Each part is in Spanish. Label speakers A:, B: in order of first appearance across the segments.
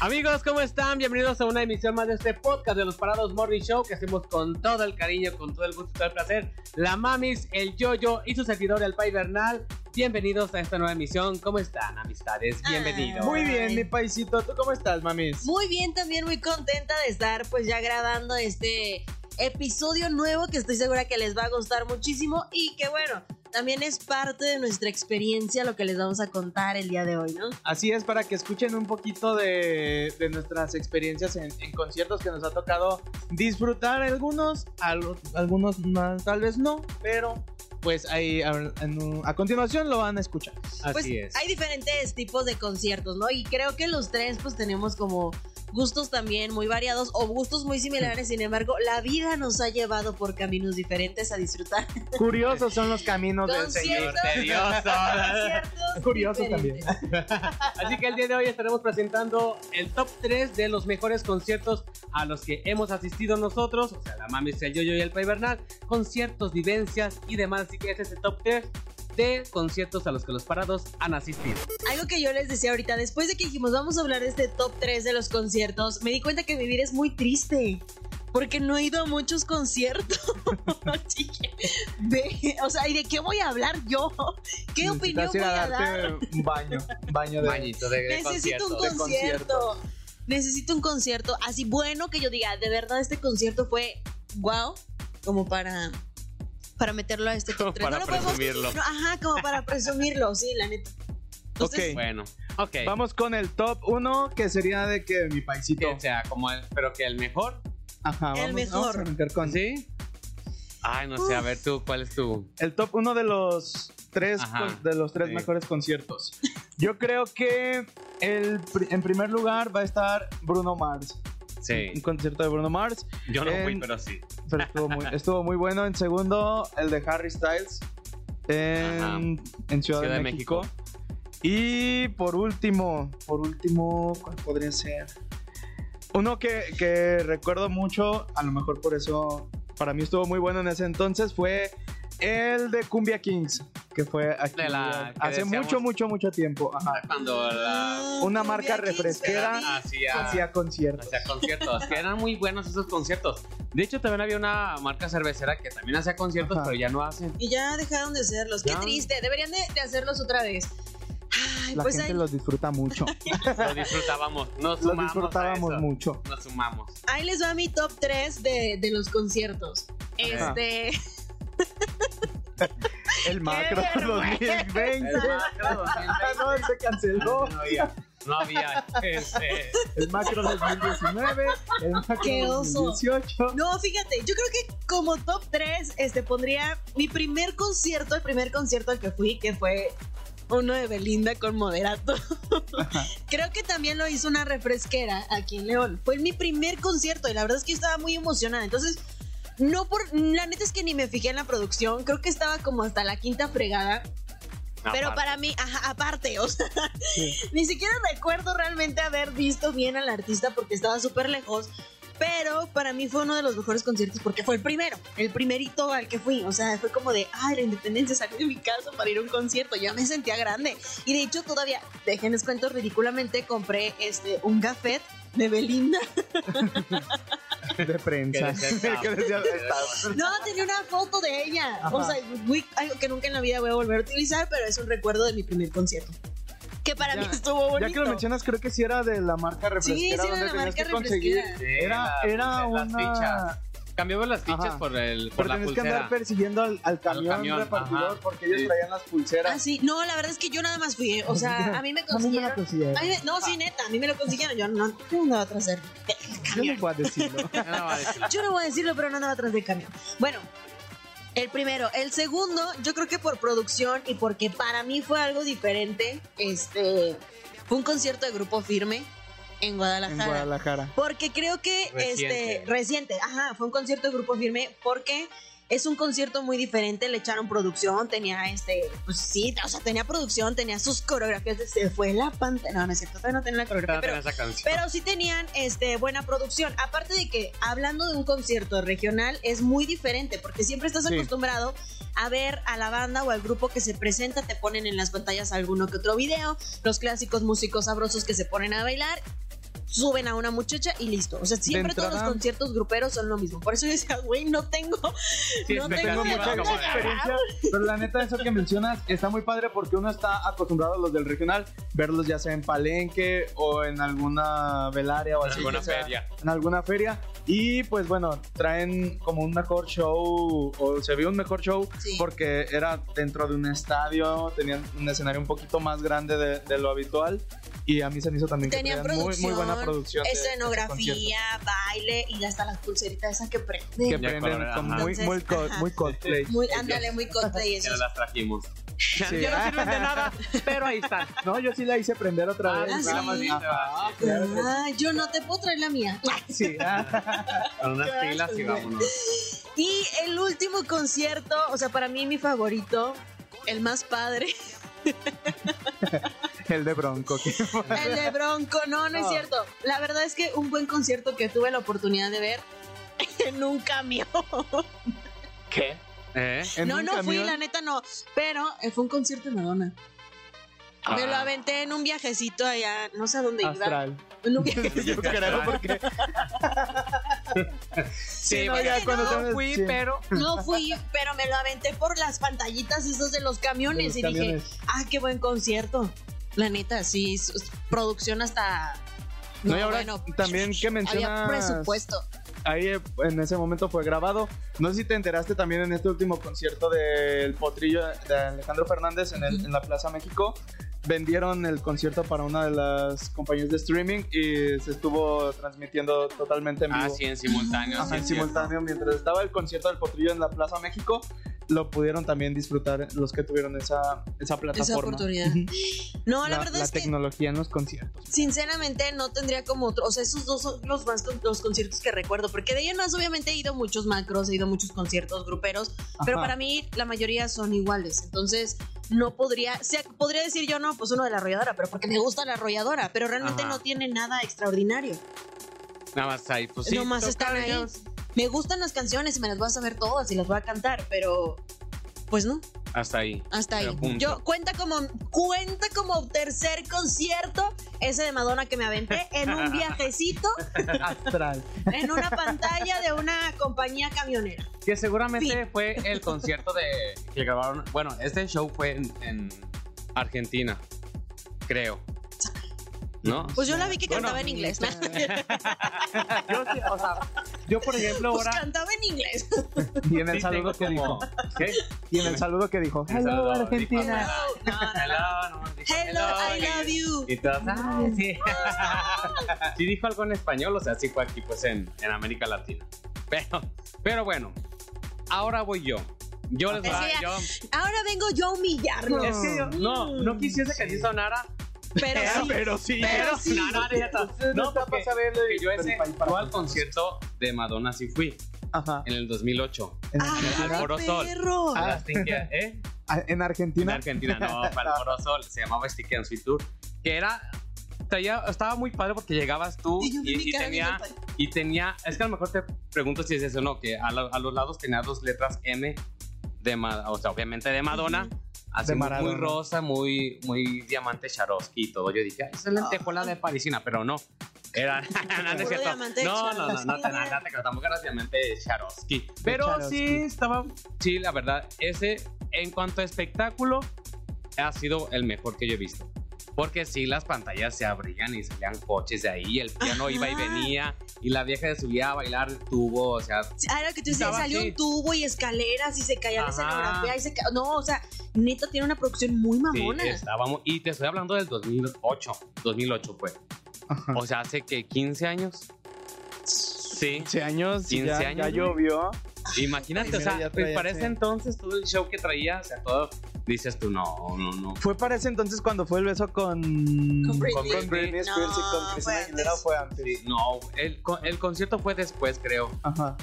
A: Amigos, ¿cómo están? Bienvenidos a una emisión más de este podcast de los Parados Morning Show que hacemos con todo el cariño, con todo el gusto y todo el placer. La Mamis, el Yoyo y su servidor, el Pai Bernal. Bienvenidos a esta nueva emisión. ¿Cómo están, amistades? Bienvenidos.
B: Muy bien,
C: Ay.
B: mi paisito. ¿Tú cómo estás, mamis?
C: Muy bien, también muy contenta de estar pues ya grabando este episodio nuevo que estoy segura que les va a gustar muchísimo y que bueno, también es parte de nuestra experiencia lo que les vamos a contar el día de hoy, ¿no?
B: Así es, para que escuchen un poquito de, de nuestras experiencias en, en conciertos que nos ha tocado disfrutar algunos, al- algunos más, tal vez no, pero pues ahí a, en un- a continuación lo van a escuchar.
A: Así
C: pues
A: es.
C: hay diferentes tipos de conciertos, ¿no? Y creo que los tres pues tenemos como gustos también muy variados o gustos muy similares, sin embargo, la vida nos ha llevado por caminos diferentes a disfrutar
B: Curiosos son los caminos del Señor.
C: conciertos,
A: Tedioso.
C: conciertos
B: Curioso también.
C: diferentes.
A: Así que el día de hoy estaremos presentando el top 3 de los mejores conciertos a los que hemos asistido nosotros, o sea, la mami, el yoyo y el Pai Bernal, conciertos, vivencias y demás. Así que este es el top 3 de conciertos a los que los parados han asistido.
C: Algo que yo les decía ahorita, después de que dijimos vamos a hablar de este top 3 de los conciertos, me di cuenta que mi vida es muy triste. Porque no he ido a muchos conciertos. Así que, ve, o sea, ¿y de qué voy a hablar yo? ¿Qué opinión
B: Necesitas ir
C: voy a,
B: a
C: dar?
B: darte un baño, un baño de...
C: Necesito un
B: conciertos, de
C: concierto. Necesito un concierto así bueno que yo diga, de verdad este concierto fue wow, como para para meterlo a este
A: Como
C: top 3.
A: para
C: no lo podemos-
A: presumirlo.
C: no, ajá, como para presumirlo, sí, la neta. Entonces,
B: Ok.
A: Bueno, ok.
B: Vamos con el top 1, que sería de que mi paisito...
A: Que sea como el, pero que el mejor.
B: Ajá,
C: El
B: vamos, vamos
C: mejor.
B: a meter con...
A: ¿Sí? Ay, no sé, a ver tú, ¿cuál es tu?
B: el top uno de los tres
A: Ajá,
B: con- de los tres
A: sí.
B: mejores conciertos. Yo creo que el pri- en primer lugar va a estar Bruno Mars. Un
A: Sí.
B: concierto de Bruno Mars,
A: Yo no fui,
B: En-
A: pero sí.
B: pero estuvo muy, estuvo muy bueno. En segundo, el de Harry Styles
A: Ajá.
B: en, en Ciudad, de, México. Y por último, por último, ¿cuál podría ser? Uno que, que recuerdo mucho, a lo mejor por eso para mí estuvo muy bueno en ese entonces, fue el de Cumbia Kings, que fue aquí
A: De la- que
B: hace
A: decíamos-
B: mucho, mucho, mucho tiempo. Ajá.
A: Cuando la
B: Una
C: Cumbia
B: marca
C: Ah, Kings,
B: refresquera.
C: ¿verdad?
A: hacía
B: Hacía conciertos.
A: Hacía conciertos, que eran muy buenos esos conciertos. De hecho, también había una marca cervecera que también hacía conciertos,
B: Ajá.
A: pero ya no hacen.
C: Y ya dejaron de hacerlos. Qué
A: Ya.
C: triste. Deberían de, de hacerlos otra vez. Ay,
B: La
C: pues
B: gente
C: ahí,
B: los disfruta mucho.
A: Lo disfrutábamos, nos
B: los
A: sumamos.
B: disfrutábamos
A: a eso.
B: mucho.
A: Nos sumamos.
C: ahí les va mi top 3 de, de los conciertos.
B: Ajá.
C: Este.
B: El macro 2020. Ah, no, se canceló.
A: Ah, No había, no había. este,
B: El macro 2019. El macro
C: Qué oso.
B: 2018.
C: No, fíjate, yo creo que como top 3 este, pondría mi primer concierto, el primer concierto al que fui, que fue uno de Belinda con Moderato. creo que también lo hizo una refresquera aquí en León. Fue mi primer concierto y la verdad es que yo estaba muy emocionada. Entonces, no por. La neta es que ni me fijé en la producción. Creo que estaba como hasta la quinta fregada. Pero
A: aparte.
C: para mí, ajá, aparte, o sea,
B: Sí.
C: ni siquiera recuerdo realmente haber visto bien al artista porque estaba súper lejos. Pero para mí fue uno de los mejores conciertos porque fue el primero, el primerito al que fui. O sea, fue como de, ay, la independencia salí de mi casa para ir a un concierto. Ya me sentía grande. Y de hecho, todavía, déjenles cuento ridículamente, compré este, un gafet de Belinda.
B: de prensa.
A: Que decía,
B: Que decía, eh,
A: "Estaba".
B: "Estaba".
C: No, tenía una foto de ella.
B: Ajá.
C: O sea, muy- algo que nunca en la vida voy a volver a utilizar, pero es un recuerdo de mi primer concierto. Que para
B: Ya-
C: mí estuvo bonito.
B: Ya que lo mencionas, creo que sí era de la marca refresquera.
C: Sí, sí, era
B: donde
C: la
B: tenías
C: marca
B: que conseguir-
C: refresquera.
A: Sí,
B: Era,
A: las-
B: era
A: pues, las fichas.
B: una.
A: Cambiamos las fichas
B: Ajá.
A: por, el, por
B: Pero
A: la
B: tenías que
A: pulsera.
B: andar persiguiendo al, al camión,
A: camión,
B: repartidor
A: ajá.
B: porque ellos
A: Sí.
B: traían las
C: Ah,
B: pulseras.
C: sí. No, la verdad es que yo nada más fui. eh. O sea, a mí me
B: A mí me la
C: consiguieron.
B: consiguieron.
C: a mí me- no, sí, neta, a mí me lo consiguieron. Yo no, yo no andaba atrás de
B: Yo
C: camión.
B: no puedo decirlo.
A: No, vale.
C: Yo no voy a decirlo, pero no andaba atrás del camión. Bueno, el primero. El segundo, yo creo que por producción y porque para mí fue algo diferente, este, fue un concierto de grupo firme en
B: en
C: Guadalajara.
B: Guadalajara.
C: Porque creo que
A: Reciente.
C: este reciente, ajá, fue un concierto de grupo firme porque es un concierto muy diferente, le echaron producción, tenía este, pues sí, o sea, tenía producción, tenía sus coreografías, de- se fue la pantalla, no, no es cierto, todavía no tenía la coreografía,
A: Pero,
C: pero,
A: esa canción.
C: pero sí tenían este, buena producción. Aparte de que hablando de un concierto regional es muy diferente porque siempre estás
B: Sí.
C: acostumbrado a ver a la banda o al grupo que se presenta, te ponen en las pantallas alguno que otro video, los clásicos músicos sabrosos que se ponen a bailar. suben a una muchacha y listo. O sea, siempre todos
B: entrada-
C: los conciertos gruperos son lo mismo. Por eso yo decía, güey, no tengo.
A: Sí,
C: no
A: me
C: tengo
B: Tengo
A: Sí,
B: mucha
A: vamos.
B: experiencia, pero la neta, eso que mencionas está muy padre porque uno está acostumbrado a los del regional, verlos ya sea en Palenque o en alguna velaria o así,
D: alguna
B: ya sea
D: feria.
B: en alguna feria. Y pues bueno, traen como un mejor show o se vio un mejor show
C: Sí.
B: porque era dentro de un estadio, tenían un escenario un poquito más grande de, de lo habitual. Y a mí se me hizo también que
C: Tenían
B: traían muy, muy buena producción. de- de conciertos.
C: Escenografía, baile y hasta las pulseritas esas que prenden.
B: Que
D: Ya
B: prenden
D: colorada.
B: como muy,
C: Entonces,
B: muy, co-
C: ajá.
B: muy cosplay.
C: Muy, ándale, muy cosplay
A: Ya
C: eso.
A: no las trajimos.
B: Sí.
A: Ya no sirven de nada, pero ahí están.
B: No, yo sí la hice prender otra
A: Ah,
B: vez.
C: sí.
B: Nada más-
A: sí, te
B: Ajá,
A: va.
B: claro que
C: Ah, yo no te puedo traer la mía.
B: sí. Ah,
A: Con unas pilas y vámonos.
C: Y el último concierto, o sea, para mí mi favorito, el más padre,
B: El de Bronco. que-
C: el de Bronco. No, no es
B: No.
C: cierto. La verdad es que un buen concierto que tuve la oportunidad de ver en un camión.
D: ¿Qué?
A: ¿Eh?
B: en
C: no,
B: un
C: no fui,
B: camión.
C: la neta no. Pero eh, fue un concierto de Madonna. Me lo
D: Ah.
C: aventé en un viajecito allá, no sé a dónde iba.
B: Astral.
C: En un viaje-
B: Yo creo porque
A: Sí,
C: no,
A: vaya,
C: ya
A: cuando
C: no.
A: te- fui,
B: Sí.
A: pero
C: No fui, pero me lo aventé por las pantallitas esas de los camiones
B: los
C: y dije,
B: camiones.
C: ah, qué buen concierto. La neta, sí, es- es producción hasta...
B: No, y ahora también que
C: Había
B: mencionas
C: presupuesto.
B: ahí eh, en ese momento fue grabado. No sé si te enteraste también en este último concierto del Potrillo de Alejandro Fernández en, el-
C: Ujú.
B: en la Plaza México. Vendieron el concierto para una de las compañías de streaming y se estuvo transmitiendo totalmente en vivo.
D: Ah, sí, en simultáneo.
B: Ajá,
D: sí,
B: en
D: es cierto.
B: simultáneo, mientras estaba el concierto del Potrillo en la Plaza México, lo pudieron también disfrutar los que tuvieron esa, esa plataforma.
C: oportunidad.
B: Ujú.
C: No, la, verdad
B: la
C: es que
B: tecnología en los conciertos.
C: sinceramente no tendría como otro, o sea, esos dos son los más con- los conciertos que recuerdo, porque de ahí en más obviamente he ido a muchos macros, he ido a muchos conciertos gruperos, pero
B: Ajá.
C: para mí la mayoría son iguales, entonces no podría, o sea, podría decir yo no, pues uno de la arrolladora, pero porque me gusta la arrolladora, pero realmente
A: Ajá.
C: no tiene nada extraordinario.
A: nada más ahí, pues sí.
C: Nomás están
A: tocar
C: ahí.
A: ellos.
C: Me gustan las canciones y me las voy a saber todas y las voy a cantar, pero pues no,
A: Hasta ahí.
C: hasta ahí.
A: Pero punto.
C: Yo cuenta como cuenta como tercer concierto ese de Madonna que me aventé en un viajecito
B: Astral.
C: en una pantalla de una compañía camionera.
A: Que seguramente fue el concierto de que grabaron. Bueno, este show fue en, en Argentina, creo. ¿No?
C: Pues yo la vi que
A: Bueno,
C: cantaba en inglés. Pues ¿no?
A: Yo, sí, o sea, yo por ejemplo
C: Pues
A: ahora
C: cantaba en inglés.
B: Y en el
A: sí
B: saludo que
A: tengo como-
B: dijo.
A: ¿Qué?
B: Y en el saludo que dijo.
A: En el saludo,
B: Hello,
A: dijo,
B: Argentina.
C: No, no, no.
A: Hello, nomás dijo,
C: Hello, I
A: y-
C: love you.
A: Y todas, "Ay, sí. Sí dijo algo en español, o sea, sí fue aquí pues en, en América Latina. Pero, pero bueno, ahora voy yo. Yo les voy
C: Es que
A: a...
C: ya-
A: yo-
C: Ahora vengo yo a humillarlo.
A: es que yo- no, no quisiese que así sonara,
C: Pero sí.
B: Pero sí.
A: Pero sí. No, no, neta. No, porque que yo ese fue al
B: igual
A: concierto de Madonna sí fui
B: Ajá.
A: en el 2008.
C: ¡Ay,
A: Alborozol.
C: perro!
A: A la Stinker, ¿eh?
B: Ah, En
A: En
B: Argentina.
A: Argentina, no, para el Foro Sol, se llamaba Sticky and Sweet Tour, que era traía- estaba muy padre porque llegabas tú
C: Y yo vi
A: y,
C: mi
A: y
C: cara
A: tenía
C: viendo el
A: y tenía, es que a lo mejor te pregunto si es eso o no, que a, la- a los lados tenía dos letras M de Ma- o sea, obviamente de Madonna, así
B: De
A: muy-
B: Maradona.
A: muy rosa, muy muy diamante Swarovski y todo. Yo dije, "Ay, esa es la lentejuela de parisina, pero no. Era, no, no
C: Ah. Puro
A: es cierto.
C: diamante de
A: No, no, no, no, no,
C: Swarovski.
A: no, no, te creo, tampoco era diamante Ah, de Swarovski. Pero
B: Swarovski.
A: sí, estaba, sí, la verdad, ese, en cuanto a espectáculo, ha sido el mejor que yo he visto. Porque sí, las pantallas se abrían y salían coches de ahí, el piano iba y
C: Ajá.
A: venía, y la vieja se subía a bailar el tubo, o sea,
C: Ah, era que tú decías,
A: Estaba
C: salió
A: así.
C: un tubo y escaleras y se caía la
A: Ajá.
C: escenografía y se ca- No, o sea, neta tiene una producción muy
A: sí,
C: mamona.
A: estábamos. Y te estoy hablando del 2008, 2008 pues.
B: Ajá.
A: O sea, hace que 15 años. Sí,
B: 15 años.
A: 15
B: ya,
A: años,
B: Ya
A: ¿no?
B: llovió.
A: imagínate, o
B: Primero
A: sea,
B: ya
A: pues
B: traía
A: para ese
B: ese-
A: entonces todo el show que traía, o sea, todo, dices tú, no, no, no.
B: Fue para ese entonces cuando fue el beso con.
C: Con Britney.
B: Con Britney Spears y con
C: No,
B: Cristina
C: fue
B: Aguilera
C: antes.
B: fue antes.
A: Sí, no, el, co- el concierto fue después, creo.
B: Ajá.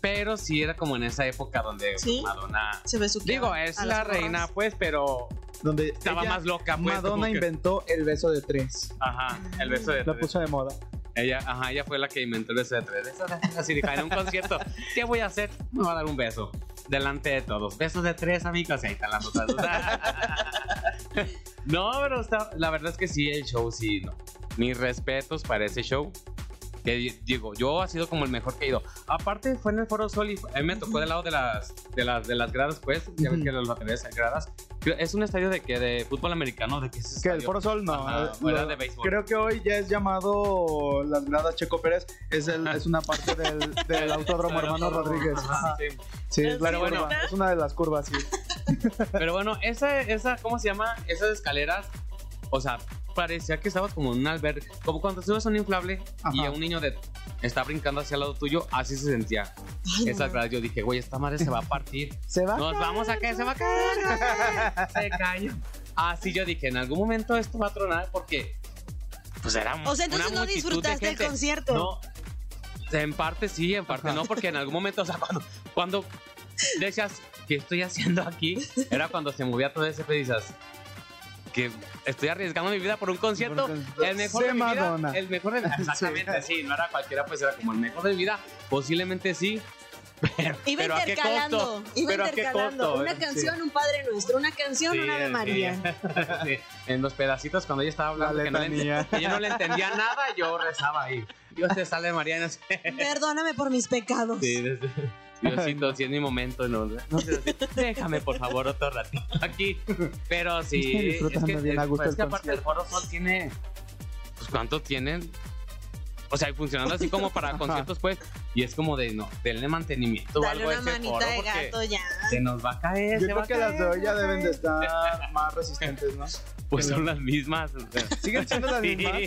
A: Pero sí era como en esa época donde
C: Sí.
A: Madonna.
C: Se ve su
A: Digo, es la reina, pues, pero
B: Donde
A: estaba
B: ella-
A: más loca, pues. como
B: Madonna
A: que-
B: inventó el beso de tres.
A: Ajá, el beso de
B: Lo
A: tres.
B: puso de moda.
A: Ella, ajá, ella fue la que inventó el beso de tres. Eso era Así dijo, en un concierto, ¿qué voy a hacer? Me voy a dar un beso. Delante de todos. Besos de tres, amigos. Y ahí están las otras dos. no, pero está- la verdad es que sí, el show sí, no. Mis respetos para ese show. Que di- digo, yo ha sido como el mejor que he ido. Aparte, fue en el Foro Sol y fue- a mí me tocó del lado de las, de las, de las gradas, pues. Ya ves
B: Ujú.
A: que los laterales hay gradas. Creo- Es un estadio de que de fútbol americano, de que es
B: Que el Foro Sol no. eh,
A: Ajá,
B: lo-
A: era de béisbol.
B: creo que hoy ya es llamado Las Gradas Checo Pérez. Es, el, es una parte del, del Autódromo Hermano Rodríguez. Ajá.
A: Sí.
B: Sí, es, la
C: Pero
B: curva,
C: bueno.
B: es una de las curvas, sí.
A: Pero bueno, esa, esa, ¿cómo se llama? Esas escaleras, o sea, parecía que estabas como en un albergue. Como cuando subes a un inflable y
B: Ajá.
A: a un niño de, está brincando hacia el lado tuyo, así se sentía.
C: Ay, no,
A: Esa
C: no.
A: verdad, yo dije, güey, esta madre se va a partir.
B: Se va.
A: Nos vamos a caer, se va a caer. Ah. Se cayó. Así yo dije, en algún momento esto va a tronar porque, pues era
C: O
A: una
C: sea, entonces no
A: multitud de
C: disfrutaste el
A: gente.
C: concierto.
A: No, en parte sí, en parte no, porque en algún momento, o sea, cuando, cuando decías, ¿qué estoy haciendo aquí? Era cuando se movía todo ese pedo y dices, que estoy arriesgando mi vida por un concierto. El mejor
B: Se
A: de mi vida,
B: Madonna.
A: el mejor de mi vida.
B: Sí.
A: Exactamente, sí. no era cualquiera, pues era como el mejor de mi vida. Posiblemente sí, pero,
C: Iba
A: pero ¿a qué costo?
C: intercalando, iba
A: pero
C: intercalando.
A: ¿a qué costo?
C: Una canción, un Padre Nuestro, una canción,
A: Sí,
C: una Ave
A: sí.
C: María.
A: Sí, En los pedacitos cuando ella estaba
B: La
A: hablando que no, le, ent-
B: letanía.
A: que yo no le entendía nada, yo rezaba ahí. Dios te salve María, no sé
C: Perdóname por mis pecados.
A: Sí, desde- Diosito, si es mi momento, no, no sé, así, déjame por favor otro ratito aquí. Pero sí,
B: Estoy disfrutando
A: es que,
B: bien a
A: es-
B: gusto
A: es
B: el
A: que aparte el Foro Sol tiene, pues cuánto tienen, o sea, y funcionando así como para conciertos, pues, y es como de no, denle mantenimiento o
C: Dale
A: algo a
C: una
A: ese
C: manita
A: foro
C: de
A: porque
C: gato ya.
A: se nos va a caer.
B: Yo
A: se va
B: creo
A: a
B: que las de
A: caer,
B: hoy ya
A: se va a
B: deben de
A: caer.
B: estar más resistentes, ¿no?
A: Pues son las mismas. o sea,
B: Siguen siendo las
A: sí,
B: mismas.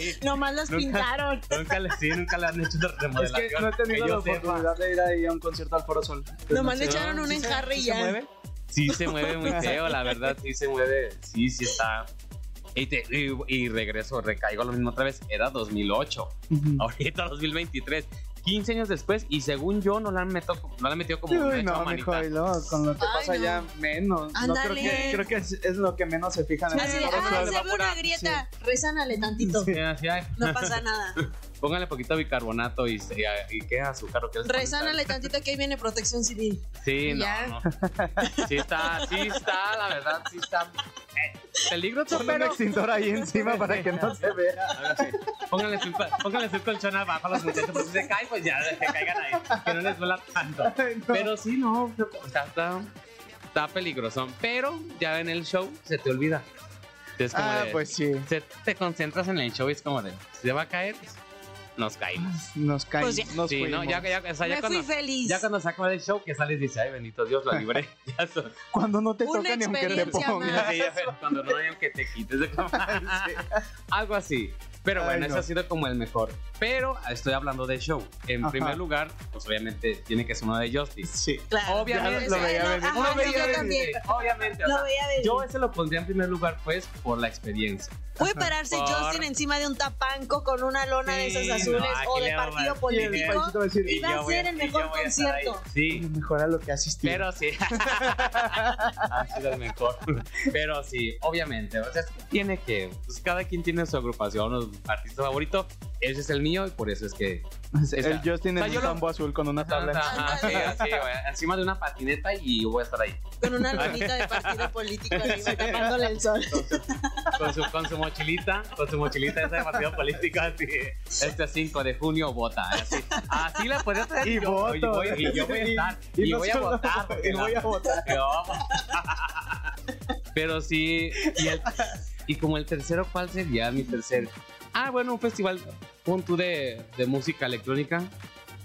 C: Nomás las
A: Nunca-
C: pintaron.
A: nunca, le, sí, nunca le han hecho la
B: Es
A: remodelación.
B: que no he tenido
A: que
B: la
A: yo sepa.
B: oportunidad de ir ahí a un concierto al Foro Sol. Entonces,
C: Nomás
B: no
C: le
B: sé.
C: echaron un
B: ¿Sí se-
C: enjarre y
B: sí se
C: ya.
B: mueve?
A: Sí se mueve muy feo, la verdad, sí se mueve, sí, sí está. Y, te- y- y regreso, recaigo lo mismo otra vez, era 2008,
B: Ujú.
A: ahorita 2023, 15 años después, y según yo no la han, meto- no la han metido como una
B: Uy, no, mijo,
A: manita.
B: y luego con lo que
C: Ay,
B: pasa
C: no.
B: ya menos. No, creo, que,
C: Ándale.
B: creo que es, es lo que menos se fijan en
C: Así de,
B: el Foro
C: ah,
B: Sol.
C: se ve una grieta. Rezánale tantito.
A: Sí, así, ay,
C: No pasa nada.
A: póngale poquito bicarbonato y, se- y qué azúcar o qué azúcar.
C: Rezánale tantito que ahí viene protección civil.
A: Sí, no,
C: Ya.
A: no. Sí está, sí está, la verdad, sí está. Eh, peligro,
B: Pon un
A: pero
B: extintor ahí encima para que no se vea.
A: Ahora sí. Pónganle su, pónganle su colchón abajo a los muchachos, porque si se caen, pues ya que caigan ahí, que no les duela tanto.
B: Ay, no.
A: Pero sí, no, está, está, está peligroso. Pero ya en el show se te olvida. Es como
B: ah,
A: de-
B: pues sí.
A: se- te concentras en el show y es como de, si se va a caer, nos caímos.
B: Nos caen,
C: Pues ya.
B: nos
A: Sí, no,
B: fuimos.
A: ya, ya, o sea, ya
C: Me fui
A: cuando,
C: feliz.
A: ya cuando se acaba el show, que sales y dices, ay, bendito Dios, lo libré. Ya son-
B: Cuando no te
C: Una
B: toca ni aunque te
C: experiencia
B: pongas.
C: más.
A: Sí, ya, pero cuando no hay aunque te quites de cama.
B: Sí.
A: Algo así. Pero
B: Ay,
A: bueno,
B: no.
A: ese ha sido como el mejor. Pero estoy hablando de show. En
B: Ajá.
A: primer lugar, pues obviamente tiene que ser uno de Justice.
B: Sí.
C: Claro.
A: Obviamente.
B: Ya lo veía
C: Bueno,
B: venir.
C: ajá,
B: Lo
C: sí,
B: veía
C: yo
B: venir.
C: también.
A: Obviamente. o sea,
C: Lo veía venir.
A: yo ese lo pondría en primer lugar, pues, por la experiencia.
C: Puede pararse
A: Por-
C: Justin encima de un tapanco con una lona de
A: Sí,
C: esas
A: no,
C: azules o
A: aquí
C: de
A: le vamos a
C: partido
A: decir.
B: Y el
C: político.
B: paisito va a decir,
C: Y va
A: yo
C: a
A: voy
C: ser el
A: y yo
C: mejor
A: voy a estar ahí.
C: concierto.
A: Sí.
B: Mejor a lo que asistí.
A: Pero sí. ha sido el mejor. Pero sí, obviamente. O sea, es que tiene que. Pues cada quien tiene su agrupación o su artista favorito. Ese es el mío y por eso es que
B: el Justin
A: o sea,
B: en
A: yo
B: un
A: lo-
B: tambo azul con una tabla.
A: Ajá, sí, así, güey, encima de una patineta y yo voy a estar ahí.
C: Con una lonita de partido político arriba tapándole el sol.
A: Con su, con su mochilita, con su mochilita esa de partido político, así. Este 5 de junio vota. Así, así la podría traer.
B: Y
A: yo,
B: voto.
A: Y, voy, y yo voy a estar.
B: Y-
A: Y,
B: y no
A: voy a
B: solo-
A: votar. porque
B: y voy a votar.
A: que vamos. Pero sí. Y, el- y como el tercero, ¿cuál sería mi tercer? Ah, bueno, un festival, un tour de, de música electrónica.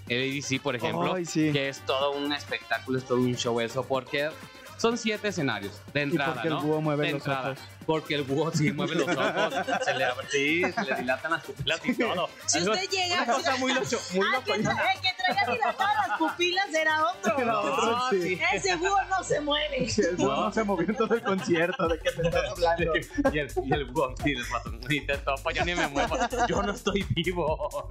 A: El ADC, por ejemplo.
B: Ay, sí.
A: que es todo un espectáculo, es todo un show eso, porque son siete escenarios de
B: Y
A: entrada,
B: porque el
A: ¿no?
B: búho mueve
A: de
B: los
A: entrada,
B: ojos.
A: porque el búho sí mueve los ojos, se le, abre- sí, se le dilatan las pupilas y todo.
C: Si
A: Algo-
C: usted llega.
A: una cosa muy loco, muy
C: Ah, que,
A: locochona.
C: tra- eh, que traiga dilatadas las pupilas era otro.
A: No,
B: Sí.
A: sí.
C: Ese búho no se mueve.
B: El búho no se movió en todo el concierto. ¿De qué me estás hablando?
A: Y el, y el búho, y el pato, y te topo, yo ni me muevo, yo no estoy vivo.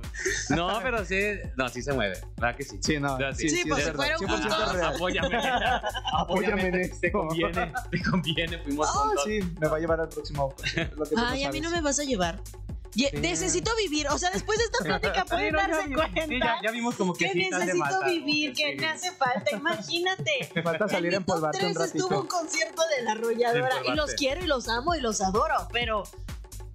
A: No, pero sí, no, sí se mueve, ¿verdad que sí?
B: Ah, Sí, no.
A: Ya, sí.
C: Sí,
B: es
C: pues, se
B: verdad,
C: fueron
B: 100%
C: juntos.
B: real.
A: Apóyame,
B: Apóyame en
A: te
B: esto.
A: conviene, te conviene, fuimos
B: Ah,
A: juntos.
B: sí, me va a llevar al próximo. concierto, Lo que tú
C: Ay, a mí no me
B: sabes.
C: vas a llevar. Ye-
A: Sí.
C: Necesito vivir. O sea, después de esta plática
A: Sí,
C: pueden
A: no, ya
C: darse
A: vi-
C: cuenta
A: sí, ya, ya vimos como que,
C: que
A: sí te hace
C: necesito
A: falta.
C: vivir, que
A: Sí.
C: me hace falta. Imagínate.
B: Me falta
C: En
B: salir
C: mi
B: a empolvarte
C: top
B: un
C: 3 estuvo un
B: ratito.
C: concierto de la arrolladora y los
A: Empolvarte.
C: quiero y los amo y los adoro, pero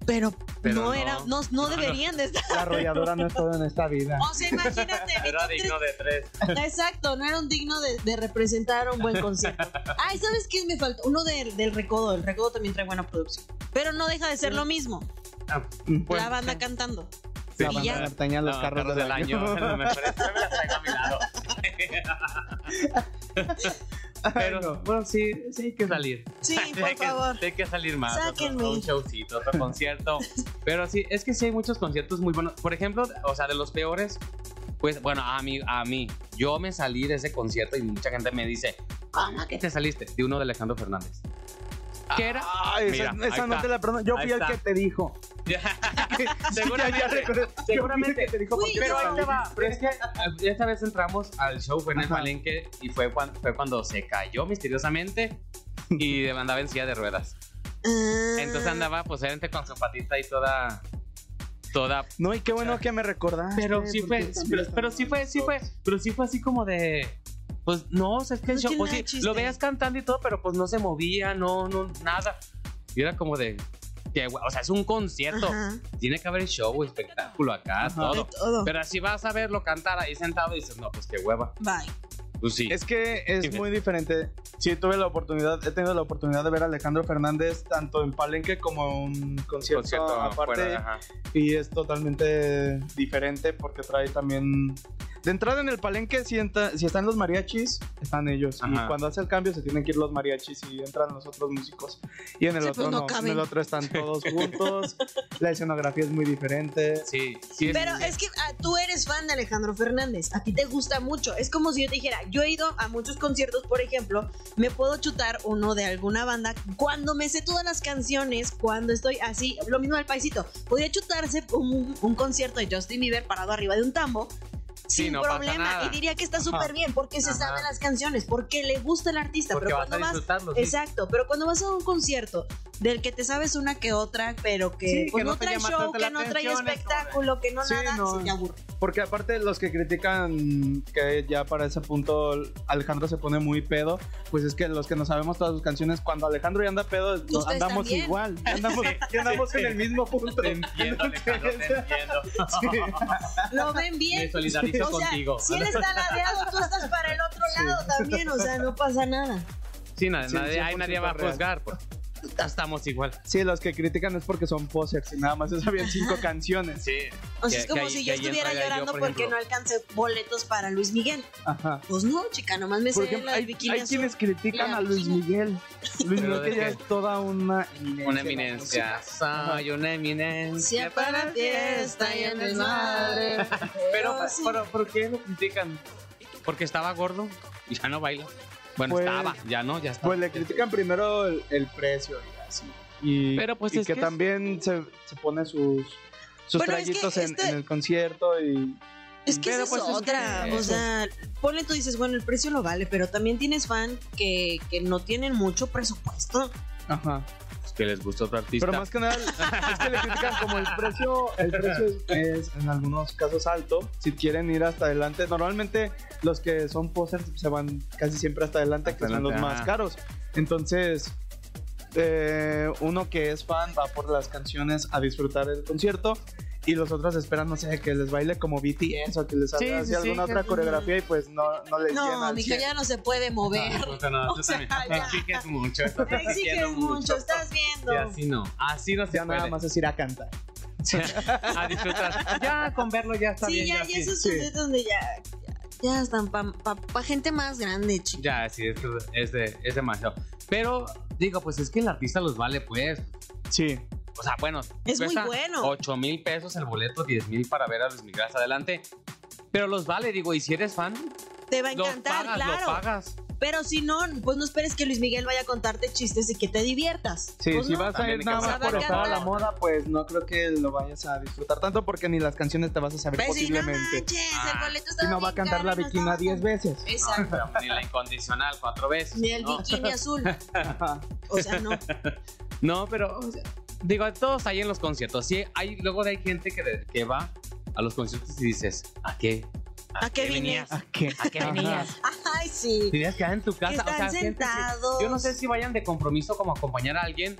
C: pero,
A: Pero
C: no,
A: no.
C: era, no, no deberían de estar.
B: La arrolladora no es todo en esta vida.
C: O sea, imagínate. mi
A: Era
C: top tres-
A: digno de tres.
C: Exacto, no era un digno de, de representar un buen concierto. Ay, ¿sabes qué me faltó? Uno del, del Recodo. El Recodo también trae buena producción. Pero no deja de ser lo mismo.
B: Pues,
C: la banda cantando.
B: la
C: y ya.
B: banda norteña, los
A: Mm, No,
B: carros, del año.
A: Me parece que me las traigo a mi lado. Pero-
B: Ay, no. bueno, sí, sí hay que
A: que salir.
C: Sí,
A: Hay
C: por
A: que-
C: favor.
A: Hay que salir más. otro-
C: Sáquenme.
A: un showcito, otro concierto. Pero sí, es que sí hay muchos conciertos muy buenos. Por ejemplo, o sea, de los peores, pues bueno, a mí, a mí, yo me salí de ese concierto y mucha gente me dice, ¿cómo que te saliste? De uno de Alejandro Fernández. ¿Qué era?
B: Ay, esa,
A: Mira,
B: esa
A: ahí
B: no
A: está.
B: te la perdono. Yo
A: Ahí
B: fui el
A: está.
B: que te dijo.
A: Seguramente.
B: recordé. Yo fui el
A: Seguramente.
B: que te dijo
C: Fui
B: porque
C: yo.
A: Pero ahí
B: salí.
A: te va. Pero es que
C: Ah.
A: eh, esta vez entramos al show, fue en el
B: Ajá.
A: Palenque y fue cuando, fue cuando se cayó misteriosamente y andaba en silla de ruedas. Entonces andaba pues gente con su patita y toda toda
B: No, y qué bueno que me recordaste.
A: pero sí
B: porque
A: fue
B: también
A: pero,
B: estamos
A: pero sí fue sí fue pero sí fue así como de pues no, o sea, es que el
C: No
A: show,
C: tiene
A: pues,
C: nada de
A: sí,
C: chiste.
A: lo veías cantando y todo, pero pues no se movía, no, no, nada. Y era como de, que, güey, o sea, es un concierto,
C: Ajá,
A: tiene que haber show, espectáculo acá,
B: Ajá.
C: de
A: todo.
C: todo.
A: Pero así vas a verlo cantar ahí sentado y dices, no, pues qué hueva.
C: Bye.
A: Pues sí.
B: Es que es
A: Dime.
B: muy diferente. Sí, tuve la oportunidad, he tenido la oportunidad de ver a Alejandro Fernández tanto en Palenque como en un concierto, aparte.
A: fuera, ajá.
B: y es totalmente diferente porque trae también. De entrada en el Palenque, si, entra- si están los mariachis, están ellos. Y
A: Ajá.
B: cuando hace el cambio, se tienen que ir los mariachis y entran los otros músicos. Y en el
C: Sí,
B: otro
C: pues no
B: no, en
C: caben.
B: el otro están todos juntos. la escenografía es muy diferente.
A: Sí, sí.
C: Pero es que ah, tú eres fan de Alejandro Fernández, a ti te gusta mucho. Es como si yo te dijera, yo he ido a muchos conciertos, por ejemplo, me puedo chutar uno de alguna banda cuando me sé todas las canciones, cuando estoy así, lo mismo al paisito. Podría chutarse un, un concierto de Justin Bieber parado arriba de un tambo.
A: Sí,
C: Sin
A: no pasa
C: problema,
A: nada.
C: y diría que está súper bien porque se
A: Ajá.
C: sabe las canciones, porque le gusta el artista.
A: porque
C: pero
A: vas a
C: cuando vas,
A: disfrutarlo. sí.
C: exacto, pero cuando vas a un concierto del que te sabes una que otra, pero que,
B: Sí,
C: pues,
B: que
C: no,
B: no te
C: trae
B: llama
C: show,
B: tanto
C: que
B: la
C: no trae
B: atención, es
C: espectáculo, que no
B: Sí,
C: nada,
B: no.
C: se te aburre.
B: Porque aparte los que critican que ya para ese punto Alejandro se pone muy pedo, pues es que los que no sabemos todas sus canciones, cuando Alejandro ya anda pedo,
C: Ustedes
B: andamos
C: también.
B: igual, ya andamos, ya andamos en el mismo punto.
A: Te entiendo, Alejandro, te entiendo.
C: Lo ven
A: Me
C: bien.
A: solidarizo
C: O sea,
A: contigo.
C: si él está ladeado, tú estás para el otro
B: Sí.
C: lado también, o sea, no pasa nada.
A: Sí, na-
B: Sí,
A: nadie, ahí
B: 100%
A: nadie va a
B: real.
A: juzgar. pues. Ya estamos igual.
B: Sí, los que critican es porque son posers y nada más se sabían cinco canciones.
A: Sí.
C: O
A: Que-
C: sea, es como
A: que ahí-
C: si
A: que
C: yo
A: ahí
C: estuviera
A: entraría yo,
C: llorando
A: por
C: porque
A: ejemplo.
C: no alcancé boletos para Luis Miguel.
B: Ajá.
C: Pues no, chica, nomás me
B: Por
C: sé
B: ejemplo,
C: la del
B: hay,
C: bikini
B: hay
C: azul.
B: quienes critican
C: la
B: a Luis
C: bikini.
B: Miguel. Luis
A: Pero
B: Miguel
A: de
B: que ya
A: qué?
B: es toda una eminencia.
A: Una eminencia. Soy una eminencia
C: Siempre para la fiesta y en el madre.
A: Pero,
C: sí.
A: pero, ¿por qué lo critican? Porque estaba gordo y ya no baila. Bueno,
B: Pues-
A: estaba, ya no, ya está.
B: Pues le critican primero el, el precio y así. Y,
A: Pero, pues,
B: y
A: es
B: que,
A: que es-
B: también se, se pone sus, sus
C: Bueno, es que
B: traguitos en,
C: este-
B: en el concierto y...
C: Es que
A: Pero
C: esa
A: pues
C: es
A: es
C: otra,
A: que-
C: o sea, ponle tú dices, bueno, el precio lo vale, pero también tienes fan que, que no tienen mucho presupuesto.
B: Ajá.
A: Es que les gusta otro artista.
B: Pero más que nada, es que le critican como el precio, el precio es, es en algunos casos alto. Si quieren ir hasta adelante, normalmente los que son posers se van casi siempre hasta adelante,
A: Hasta
B: que son los
A: adelante,
B: más
A: ajá.
B: caros. Entonces, eh, uno que es fan va por las canciones a disfrutar el concierto. Y los otros esperan, no sé, que les baile como BTS o que les haga
A: Sí,
B: así
A: sí, sí,
B: alguna
A: que-
B: otra coreografía y pues no, no les llena
C: No,
B: al
C: mija,
B: 100.
C: ya no se puede mover.
A: Ah, No, no, no,
C: O
A: tú
C: sea,
A: también.
C: ya.
A: Exiges mucho. estás
C: Exiges
A: exigiendo
C: mucho, estás viendo.
A: Y así no, así no se
B: Ya nada
A: puede.
B: más es ir a cantar.
A: A disfrutar. Ya con verlo ya está
C: Sí,
A: bien.
C: ya,
A: ya
C: ya
A: sí.
C: esos
B: sí.
C: conciertos donde ya, ya, ya están para gente más grande, chica.
A: Ya, sí, es, es, de- es demasiado. Pero digo, pues es que el artista los vale, pues.
B: Sí.
A: O sea, bueno.
C: Es muy bueno.
A: 8 mil pesos el boleto, 10 mil para ver a Luis Miguel hasta adelante. Pero los vale, digo, y si eres fan,
C: Te va a
A: los
C: encantar,
A: pagas,
C: claro.
A: lo pagas.
C: Pero si no, pues no esperes que Luis Miguel vaya a contarte chistes y que te diviertas.
B: Sí,
C: Pues
B: si
C: no.
B: vas a
A: También
B: ir
A: hay que
B: nada más
C: saber
B: por estar a la
C: cantar.
B: moda, pues no creo que lo vayas a disfrutar tanto porque ni las canciones te vas a saber
C: Pues si no
B: posiblemente.
C: manches, el
A: Ah,
C: boleto
B: Y
C: estaba
B: no va a
C: bien
B: cantar
C: caro
B: la
C: y nos
B: bikini
C: vamos
B: 10 veces.
C: Exacto.
A: Ni la incondicional, cuatro veces.
C: Ni el
A: Ah. ¿no?
C: bikini azul.
B: Ajá.
C: O sea, no.
A: No, pero o sea, digo, todos hay en los conciertos. Sí, hay, luego hay gente que, de- que va a los conciertos y dices, ¿a qué?
C: ¿A qué vine?
A: venías?
B: ¿Qué?
A: ¿A qué
B: Ajá.
A: venías?
C: Ay, sí.
A: Tenías que en tu casa.
C: Que
A: o sea,
C: están
A: gente que-
C: sentados.
A: yo no sé si vayan de compromiso como a acompañar a alguien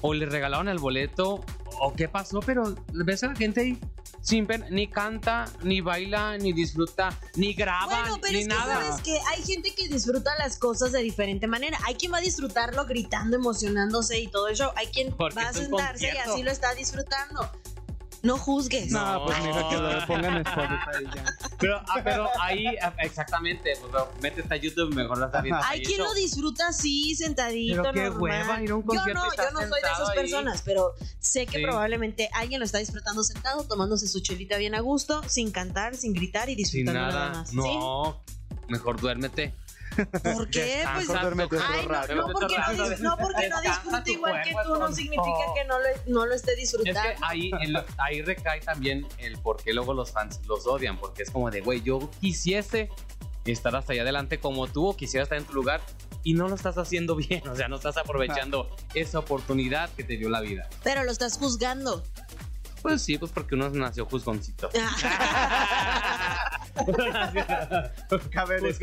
A: o le regalaron el boleto o qué pasó, pero ves a la gente ahí sin pena, ni canta, ni baila, ni disfruta, ni graba,
C: Bueno, pero
A: ni
C: es que
A: nada.
C: sabes que hay gente que disfruta las cosas de diferente manera. Hay quien va a disfrutarlo gritando, emocionándose y todo eso. Hay quien
A: Porque
C: va a
A: es un
C: sentarse y
A: concierto.
C: así lo está disfrutando. No juzgues.
B: No,
A: No.
B: pues mira que lo pongan en Spotify y ya.
A: Pero, ah, pero ahí, ah, exactamente, pues, no, métete a YouTube, mejor la está viendo.
C: Hay
A: ahí
C: quien
A: eso.
C: lo disfruta así, sentadito,
A: Pero qué
C: normal.
A: hueva ir a un
C: yo
A: concierto
C: no,
A: y estar
C: yo no soy de
A: sentado
C: esas
A: ahí.
C: personas, pero sé que
A: Sí.
C: probablemente alguien lo está disfrutando sentado, tomándose su chelita bien a gusto, sin cantar, sin gritar y
A: Sin
C: disfrutando
A: nada.
C: nada más. ¿Sí?
A: No, mejor duérmete.
C: ¿Por qué?
A: Descansa.
C: Pues
B: Mejor duérmete otro
C: Ay, no,
B: rato.
C: no, porque no, dis- no, porque
A: Descansa
C: no disfrute
A: tu
C: igual que
A: cuerpo,
C: tú, no
A: tonto.
C: significa que no lo, no lo esté
A: Es que
C: disfrutando.
A: ahí, en lo- ahí recae también el por qué luego los fans los odian, porque es como de, güey, yo quisiese estar hasta allá adelante como tú, o quisiera estar en tu lugar, y no lo estás haciendo bien, o sea, no estás aprovechando esa oportunidad que te dio la vida.
C: Pero lo estás juzgando.
A: Pues sí, pues porque uno nació juzgoncito.
B: Cabe destacar.
A: Cabe Pues,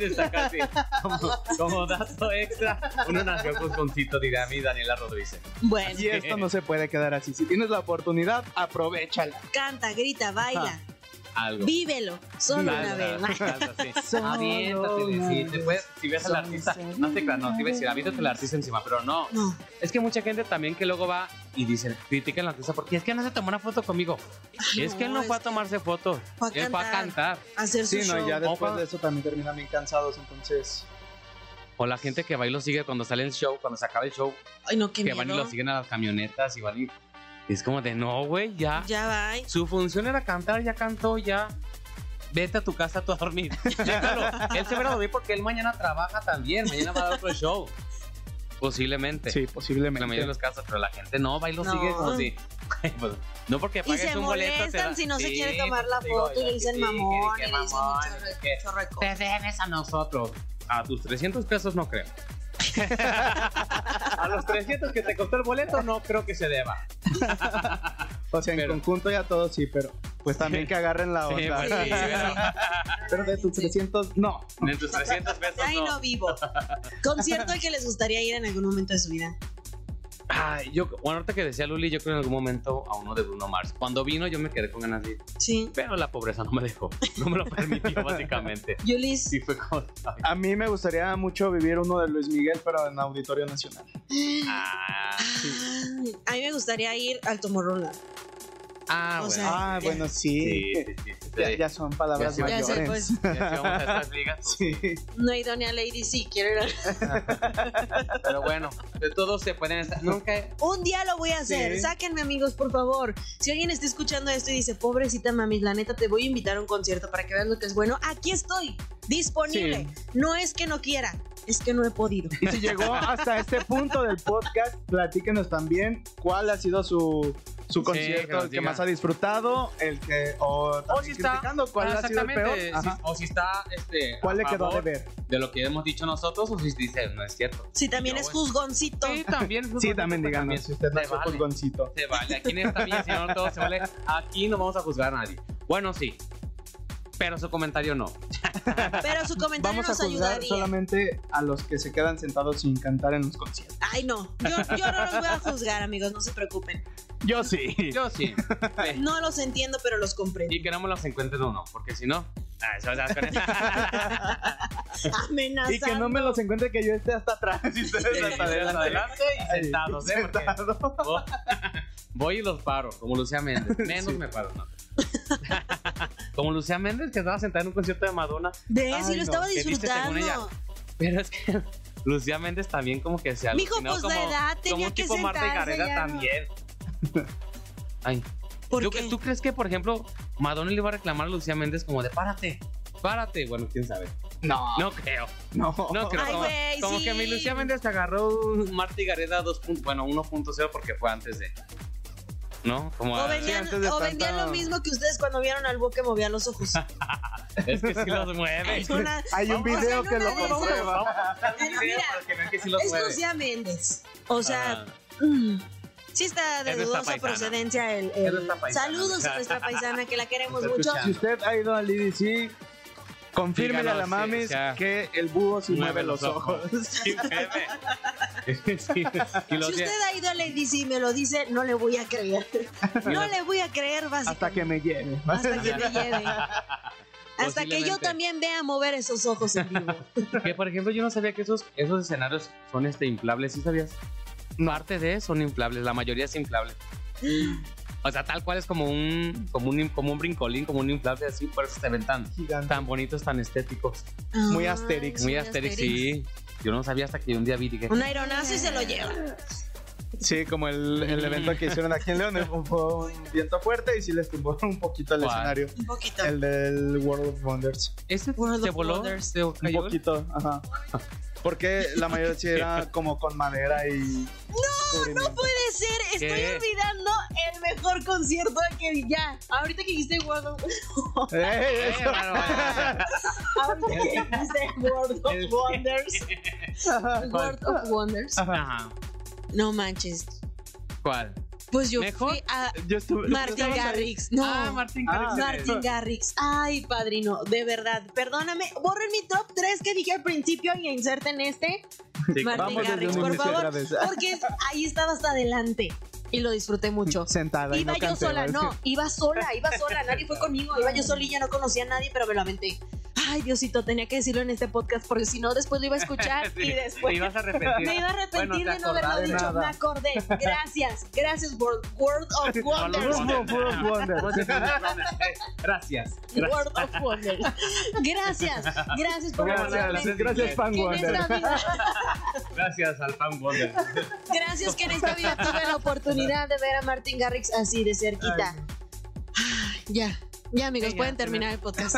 A: destacar, sí. como, como dato extra, uno nació juzgoncito, dirá mi Daniela Rodríguez.
C: bueno,
B: Y esto no se puede quedar así. Si tienes la oportunidad,
A: Pues
B: aprovechala.
C: canta, grita, baila,
A: Algo.
C: vívelo, solo una vez.
A: Salsa, salsa, sí. Aviéntate, sí, te puedes- si ves al artista, no te creas, no, te iba a decir, aviéntate al artista encima, pero no.
C: No,
A: Es que mucha gente también que luego va y dicen, critican al artista, porque es que no se tomó una foto conmigo. es que él
C: no,
A: no fue
C: es
A: a tomarse fotos,
C: fue a
A: él fue a
C: cantar.
A: cantar.
C: hacer su
B: Sí, no,
C: show.
B: ya después
A: Opa.
B: de eso también terminan bien cansados, entonces.
A: O la gente que va y lo sigue cuando sale el show, cuando se acaba el show,
C: Ay, no, qué
A: que van y
C: miedo.
A: lo siguen a las camionetas y van y... Es como de, no, güey, ya.
C: Ya va. ay.
A: Su función era cantar, ya cantó, ya. Vete a tu casa tú a dormir. Déjalo. él se verá a dormir porque él mañana trabaja también. Mañana va a dar otro show. Posiblemente.
B: Sí,
A: En la mayoría
B: posiblemente.
A: de los casos, pero la gente no va y lo
C: No.
A: sigue como si. Pues, no porque
C: Y
A: pagues
C: se
A: un boleto. te
C: molestan
A: da-
C: si no se
A: Sí,
C: quiere tomar la
A: digo,
C: foto y le
A: que
C: dicen
A: sí,
C: mamón y
A: que- que
C: le dicen
A: mamón,
C: un chorro-
A: que-
C: chorro de cosas.
A: Te debes a nosotros. A tus 300 pesos no creo. a los 300 que te costó el boleto no creo que se deba.
B: O sea, en
A: Pero-
B: conjunto ya todos sí, pero pues también que agarren la
A: Sí,
B: onda.
A: pues sí, pero-
B: Pero de tus
C: Sí.
B: 300, no.
A: De tus 300 pesos
C: Ay, no vivo. Concierto al que les gustaría ir en algún momento de su vida.
A: Ay, yo, bueno, ahorita que decía Luli, yo creo en algún momento a uno de Bruno Mars. Cuando vino yo me quedé con ganas de ir,
C: Sí.
A: pero la pobreza no me dejó, no me lo permitió básicamente.
C: Yulis.
A: Sí fue como... ay,
B: A mí me gustaría mucho vivir uno de Luis Miguel, pero en Auditorio Nacional.
A: Ah,
C: Ay, A mí me gustaría ir al Tomorrowland.
A: ah,
C: O
A: bueno.
C: sea,
B: Ah,
C: ya.
B: bueno,
A: sí,
B: sí.
A: sí, sí, sí,
B: Ya,
A: sí.
B: ya son palabras
A: Ya
C: Ya
B: mayores.
C: sé, pues
A: Ya si vamos a estas ligas, pues,
B: Sí.
C: no hay doña Lady, sí, quiero ir. a-
A: Pero bueno, de todos se pueden estar... Nunca...
C: Un día lo voy a hacer.
B: Sí.
C: Sáquenme, amigos, por favor. Si alguien está escuchando esto y dice, pobrecita mami, la neta, te voy a invitar a un concierto para que veas lo que es bueno. Aquí estoy, disponible. No es que no quiera, es que no he podido.
B: Y si llegó hasta este punto del podcast, platíquenos también cuál ha sido su, su
A: Sí, que
B: concierto,
A: nos
B: el que
A: diga.
B: más ha disfrutado, el que. O, también
A: si está-
B: criticando cuál
A: Ah,
B: ha sido el peor.
A: exactamente,
B: Ajá.
A: si- o si está, este...
B: ¿Cuál
A: a
B: le quedó de
A: favor
B: ver?
A: De lo que hemos dicho nosotros, o si dice, no es cierto.
C: Si también
A: Yo
C: es
A: voy.
C: juzgoncito.
A: Sí, también.
B: Sí, también
A: pues,
B: díganos. Si usted
A: se
B: nació
A: vale.
B: juzgoncito.
A: se vale. Aquí en esta mía, si no, todo se vale. Aquí no vamos a juzgar a nadie. Bueno, sí. Pero su comentario no.
C: Pero su comentario
B: Vamos a
C: nos
B: juzgar
C: ayudaría.
B: solamente a los que se quedan sentados sin cantar en los conciertos.
C: Ay, no. Yo, yo no los voy a juzgar, amigos, no se preocupen.
B: Yo sí.
A: Yo sí.
C: No los entiendo, pero los comprendo.
A: Y que no me los encuentres uno, porque si no. Ah, eso, eso, con eso.
C: Amenazando.
B: Y que no me los encuentre que yo esté hasta atrás y ustedes hasta
A: Hasta
B: adelante.
A: adelante y sentados, ¿eh? Porque
B: Sentado.
A: voy- voy y los paro, como Lucía Méndez. Menos
B: Sí.
A: me paro, no. Como Lucía Méndez, que estaba sentada en un concierto de Madonna.
C: Ve,
B: Ay,
C: si lo
B: no,
C: estaba
A: que dice según
C: disfrutando.
A: ella, Pero es que Lucía Méndez también, como que se
C: Mijo,
A: alucinó
C: pues
A: como,
C: la edad
A: como
C: tenía
A: un
C: que
A: tipo Marta y
C: sentarse.
A: Gareda
C: ya no.
A: también. Ay,
C: ¿Por
A: ¿Tú,
C: qué?
A: ¿Tú crees que, por ejemplo, Madonna le iba a reclamar a Lucía Méndez como de párate? Párate. Bueno, quién sabe.
B: No,
A: No creo.
B: no.
A: No creo.
C: Ay,
A: como
C: güey,
A: como
C: Ah. sí.
A: que mi Lucía Méndez agarró un Marta y Gareda 2. pun- Bueno, 1.0 porque fue antes de. ¿No? Como.
C: O
B: sí,
C: vendían,
B: antes de
C: o vendían
B: tanta-
C: lo mismo que ustedes cuando vieron al búho que movía los ojos.
A: Es que sí los mueve.
C: Es una-
B: Hay un
C: Vamos a
B: video
C: hacer
B: que
C: una
B: lo
C: de esas.
B: comprueba.
C: Pero mira,
A: Para que vean que sí los
C: es
A: mueve.
C: Lucía Méndez. O sea,
A: Ah,
C: mm, sí está de
A: Es nuestra
C: dudosa
A: paisana.
C: procedencia el.
A: Es
C: el-
A: nuestra paisana.
C: Saludos a nuestra paisana que la
B: pues,
C: queremos
A: Está
C: mucho.
B: Si usted ha ido al IDC, confírmele a
A: Díganos,
B: la
A: sí,
B: mamis
A: ya.
B: que el búho sí mueve los ojos.
A: Ah. Sí, mueve. Sí, y los
C: Si
A: días-
C: usted ha ido al ADC y me lo dice, no le voy a creer. No le voy a creer,
B: Hasta
C: básicamente.
B: que me lleve.
C: Hasta que me lleve. Hasta que yo
A: Posiblemente.
C: también vea mover esos ojos en vivo.
A: Que por ejemplo yo no sabía que esos, esos escenarios son este inflables, ¿sí sabías? Parte de son inflables, la mayoría es inflable. O sea, tal cual es como un, como un, como un brincolín, como un inflable así, por eso se ven tan,
B: Gigante.
A: tan bonitos, tan estéticos.
B: Muy
C: Ay,
B: Asterix.
A: Muy Asterix, sí. Yo no sabía hasta que un día vi y dije,
C: Ah, Un aironazo y se lo lleva.
B: Sí, como el, el evento que hicieron aquí en León, fue un viento fuerte y sí les tumbó un poquito el
A: ¿Cuál?
B: escenario.
C: Un poquito.
B: El del World of Wonders.
A: ¿este
C: World
A: se
C: of
A: voló?
C: Wonders.
A: ¿Se
B: Un
A: cayó?
B: poquito, ajá. Porque la mayoría sí era como con madera y. No, no puede.
C: Puede ser, estoy
A: ¿Qué?
C: olvidando el mejor concierto que ya. Ahorita que dijiste World of-
A: Eh, bárbaro.
C: ahorita que dijiste World of Wonders. World of Wonders.
A: Ajá.
C: No manches.
A: ¿Cuál?
C: Pues yo
A: ¿Mejor?
C: fui a
B: Yo estuve.
C: Martin Garrix. No.
A: Ah, Martín
B: Ah.
A: Garrix.
C: Martin Garrix. Ay, padrino, de verdad. Perdóname, borren mi top 3 que dije al principio y inserten este.
A: Sí,
C: Martin
B: Vamos desde
C: Garrix,
B: un
C: por
B: inicio
C: favor.
B: otra vez.
C: Porque ahí estaba hasta adelante y lo disfruté mucho.
B: Sentada. y
C: Iba
B: no
C: yo
B: cansé,
C: sola,
B: ¿ves?
C: no, iba sola, iba sola, nadie fue conmigo, iba yo solilla, no conocía a nadie, pero me lamenté. Ay, Diosito, tenía que decirlo en este podcast porque si no, después lo iba a escuchar
A: Sí,
C: y después
A: Te ibas a arrepentir.
C: me iba a arrepentir
A: Bueno, te
C: de no haberlo
A: acordás
B: de
C: dicho.
B: nada.
C: Me acordé. Gracias, gracias, World, World of Wonders.
B: World of- World of Wonders.
A: eh, Gracias.
C: World of Wonders. Gracias, gracias por recordarme
B: Gracias, gracias, Fan
C: que en
B: Wonder.
C: esta vida-
A: Gracias al fan Wonder.
C: gracias que en esta vida tuve la oportunidad de ver a Martin Garrix así de cerquita. Ay, Ya, ya amigos,
A: Sí, ya,
C: pueden
A: sí,
C: terminar el podcast.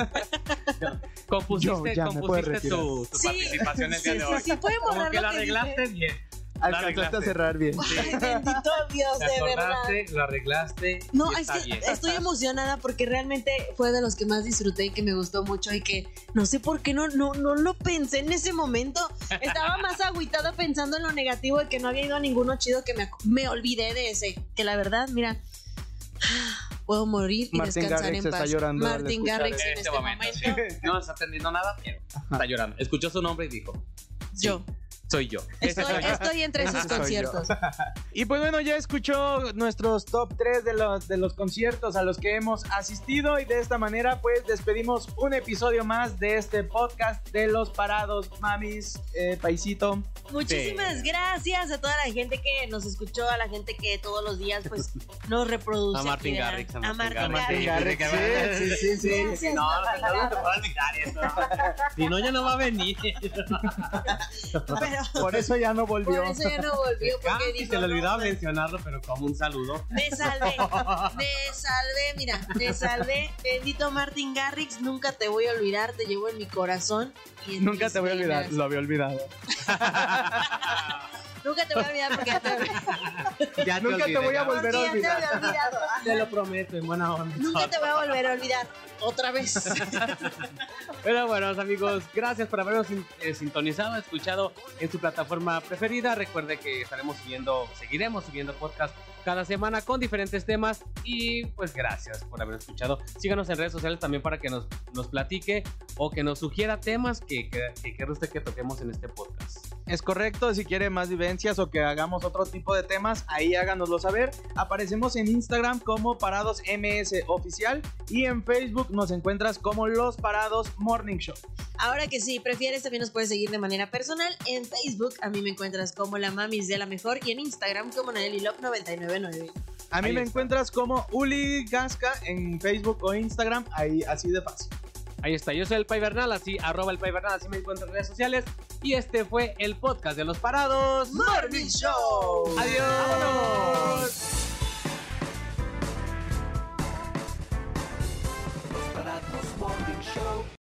B: Yo
A: Compusiste,
B: ya me puedo
A: compusiste
B: retirar.
A: tu, tu participación el día
C: sí,
A: de
C: sí,
A: hoy.
C: sí, pueden borrar
A: Como que
C: lo
A: la
C: que
A: arreglaste bien.
B: Alcanzaste a
A: arreglaste.
B: cerrar bien.
C: dije. Ay, bendito Dios,
A: Te
C: de verdad.
A: acordaste, lo arreglaste.
C: No,
A: y
C: es
A: está
C: que
A: bien.
C: estoy emocionada porque realmente fue de los que más disfruté y que me gustó mucho y que no sé por qué no, no, no lo pensé en ese momento. Estaba más agüitada pensando en lo negativo y que no había ido a ninguno chido que me, ac- me olvidé de ese. Que la verdad, mira, puedo morir y
B: Martin
C: descansar
B: Garrix
C: en
B: está
C: paz.
B: llorando al
C: Martin
B: escuchar
C: Garrix en
A: En
C: este,
A: este
C: momento.
A: momento, No está entendiendo nada, pero está llorando. Escuchó su nombre y dijo,
C: Yo
A: soy yo. Ese
C: estoy,
A: soy yo.
C: estoy entre
B: Ese
C: sus
B: soy yo.
C: conciertos.
B: Y pues bueno, ya escuchó nuestros top 3 de los, de los conciertos a los que hemos asistido y de esta manera pues despedimos un episodio más de este podcast de los parados, mamis, eh, paisito.
C: Muchísimas gracias a toda la gente que nos escuchó, a la gente que todos los días pues nos reproduce.
A: A Martin
C: aquí, ¿verdad?
A: Garrix,
C: A Martin
A: Martin
C: Garrix.
A: Garrix.
B: Sí, sí, sí. sí.
C: Gracias,
A: No, no,
C: Martin
A: no, no te
C: Garrix.
A: puedo olvidar eso. Si no, ya no va a venir.
C: Pero
B: Por eso ya no volvió.
C: por eso ya no volvió porque
A: Casi
C: dijo,
A: se le
C: "No,
A: olvidaba
C: pues,
A: mencionarlo, pero como un saludo.
C: me salvé, me salvé, mira, me salvé. Bendito Martin Garrix, nunca te voy a olvidar, te llevo en mi corazón. y en
B: Nunca
C: mis
B: te voy a olvidar,
C: venas.
B: lo había olvidado.
C: Nunca te voy a olvidar porque ya te,
A: Ya
B: Nunca te
A: olvidé,
B: voy a
A: ya.
B: volver a
C: porque ya te había
B: olvidar.
C: olvidado.
E: Te lo prometo, en buena onda.
C: Nunca te voy a volver a olvidar otra vez.
E: Pero bueno, amigos, gracias por habernos sin- eh, sintonizado, escuchado en su plataforma preferida. Recuerde que estaremos subiendo, seguiremos subiendo podcast cada semana con diferentes temas. Y pues gracias por haber escuchado. Síganos en redes sociales también para que nos, nos platique o que nos sugiera temas que, que, que quiera usted que toquemos en este podcast.
B: Es correcto, si quiere más vivencias o que hagamos otro tipo de temas, ahí háganoslo saber. Aparecemos en Instagram como Parados MS Oficial y en Facebook nos encuentras como Los Parados Morning Show.
C: Ahora que si prefieres, también nos puedes seguir de manera personal. En Facebook a mí me encuentras como la mamis de la mejor y en Instagram como Nelilop999.
B: A mí
E: Ahí
B: me
E: está.
B: encuentras como Uli Gasca en Facebook o Instagram, ahí así de fácil.
E: Ahí está, yo soy el Pai Bernal, así arroba el Pai Bernal, así me encuentro en redes sociales. Y este fue el podcast de los parados.
C: Morning Show.
E: Adiós.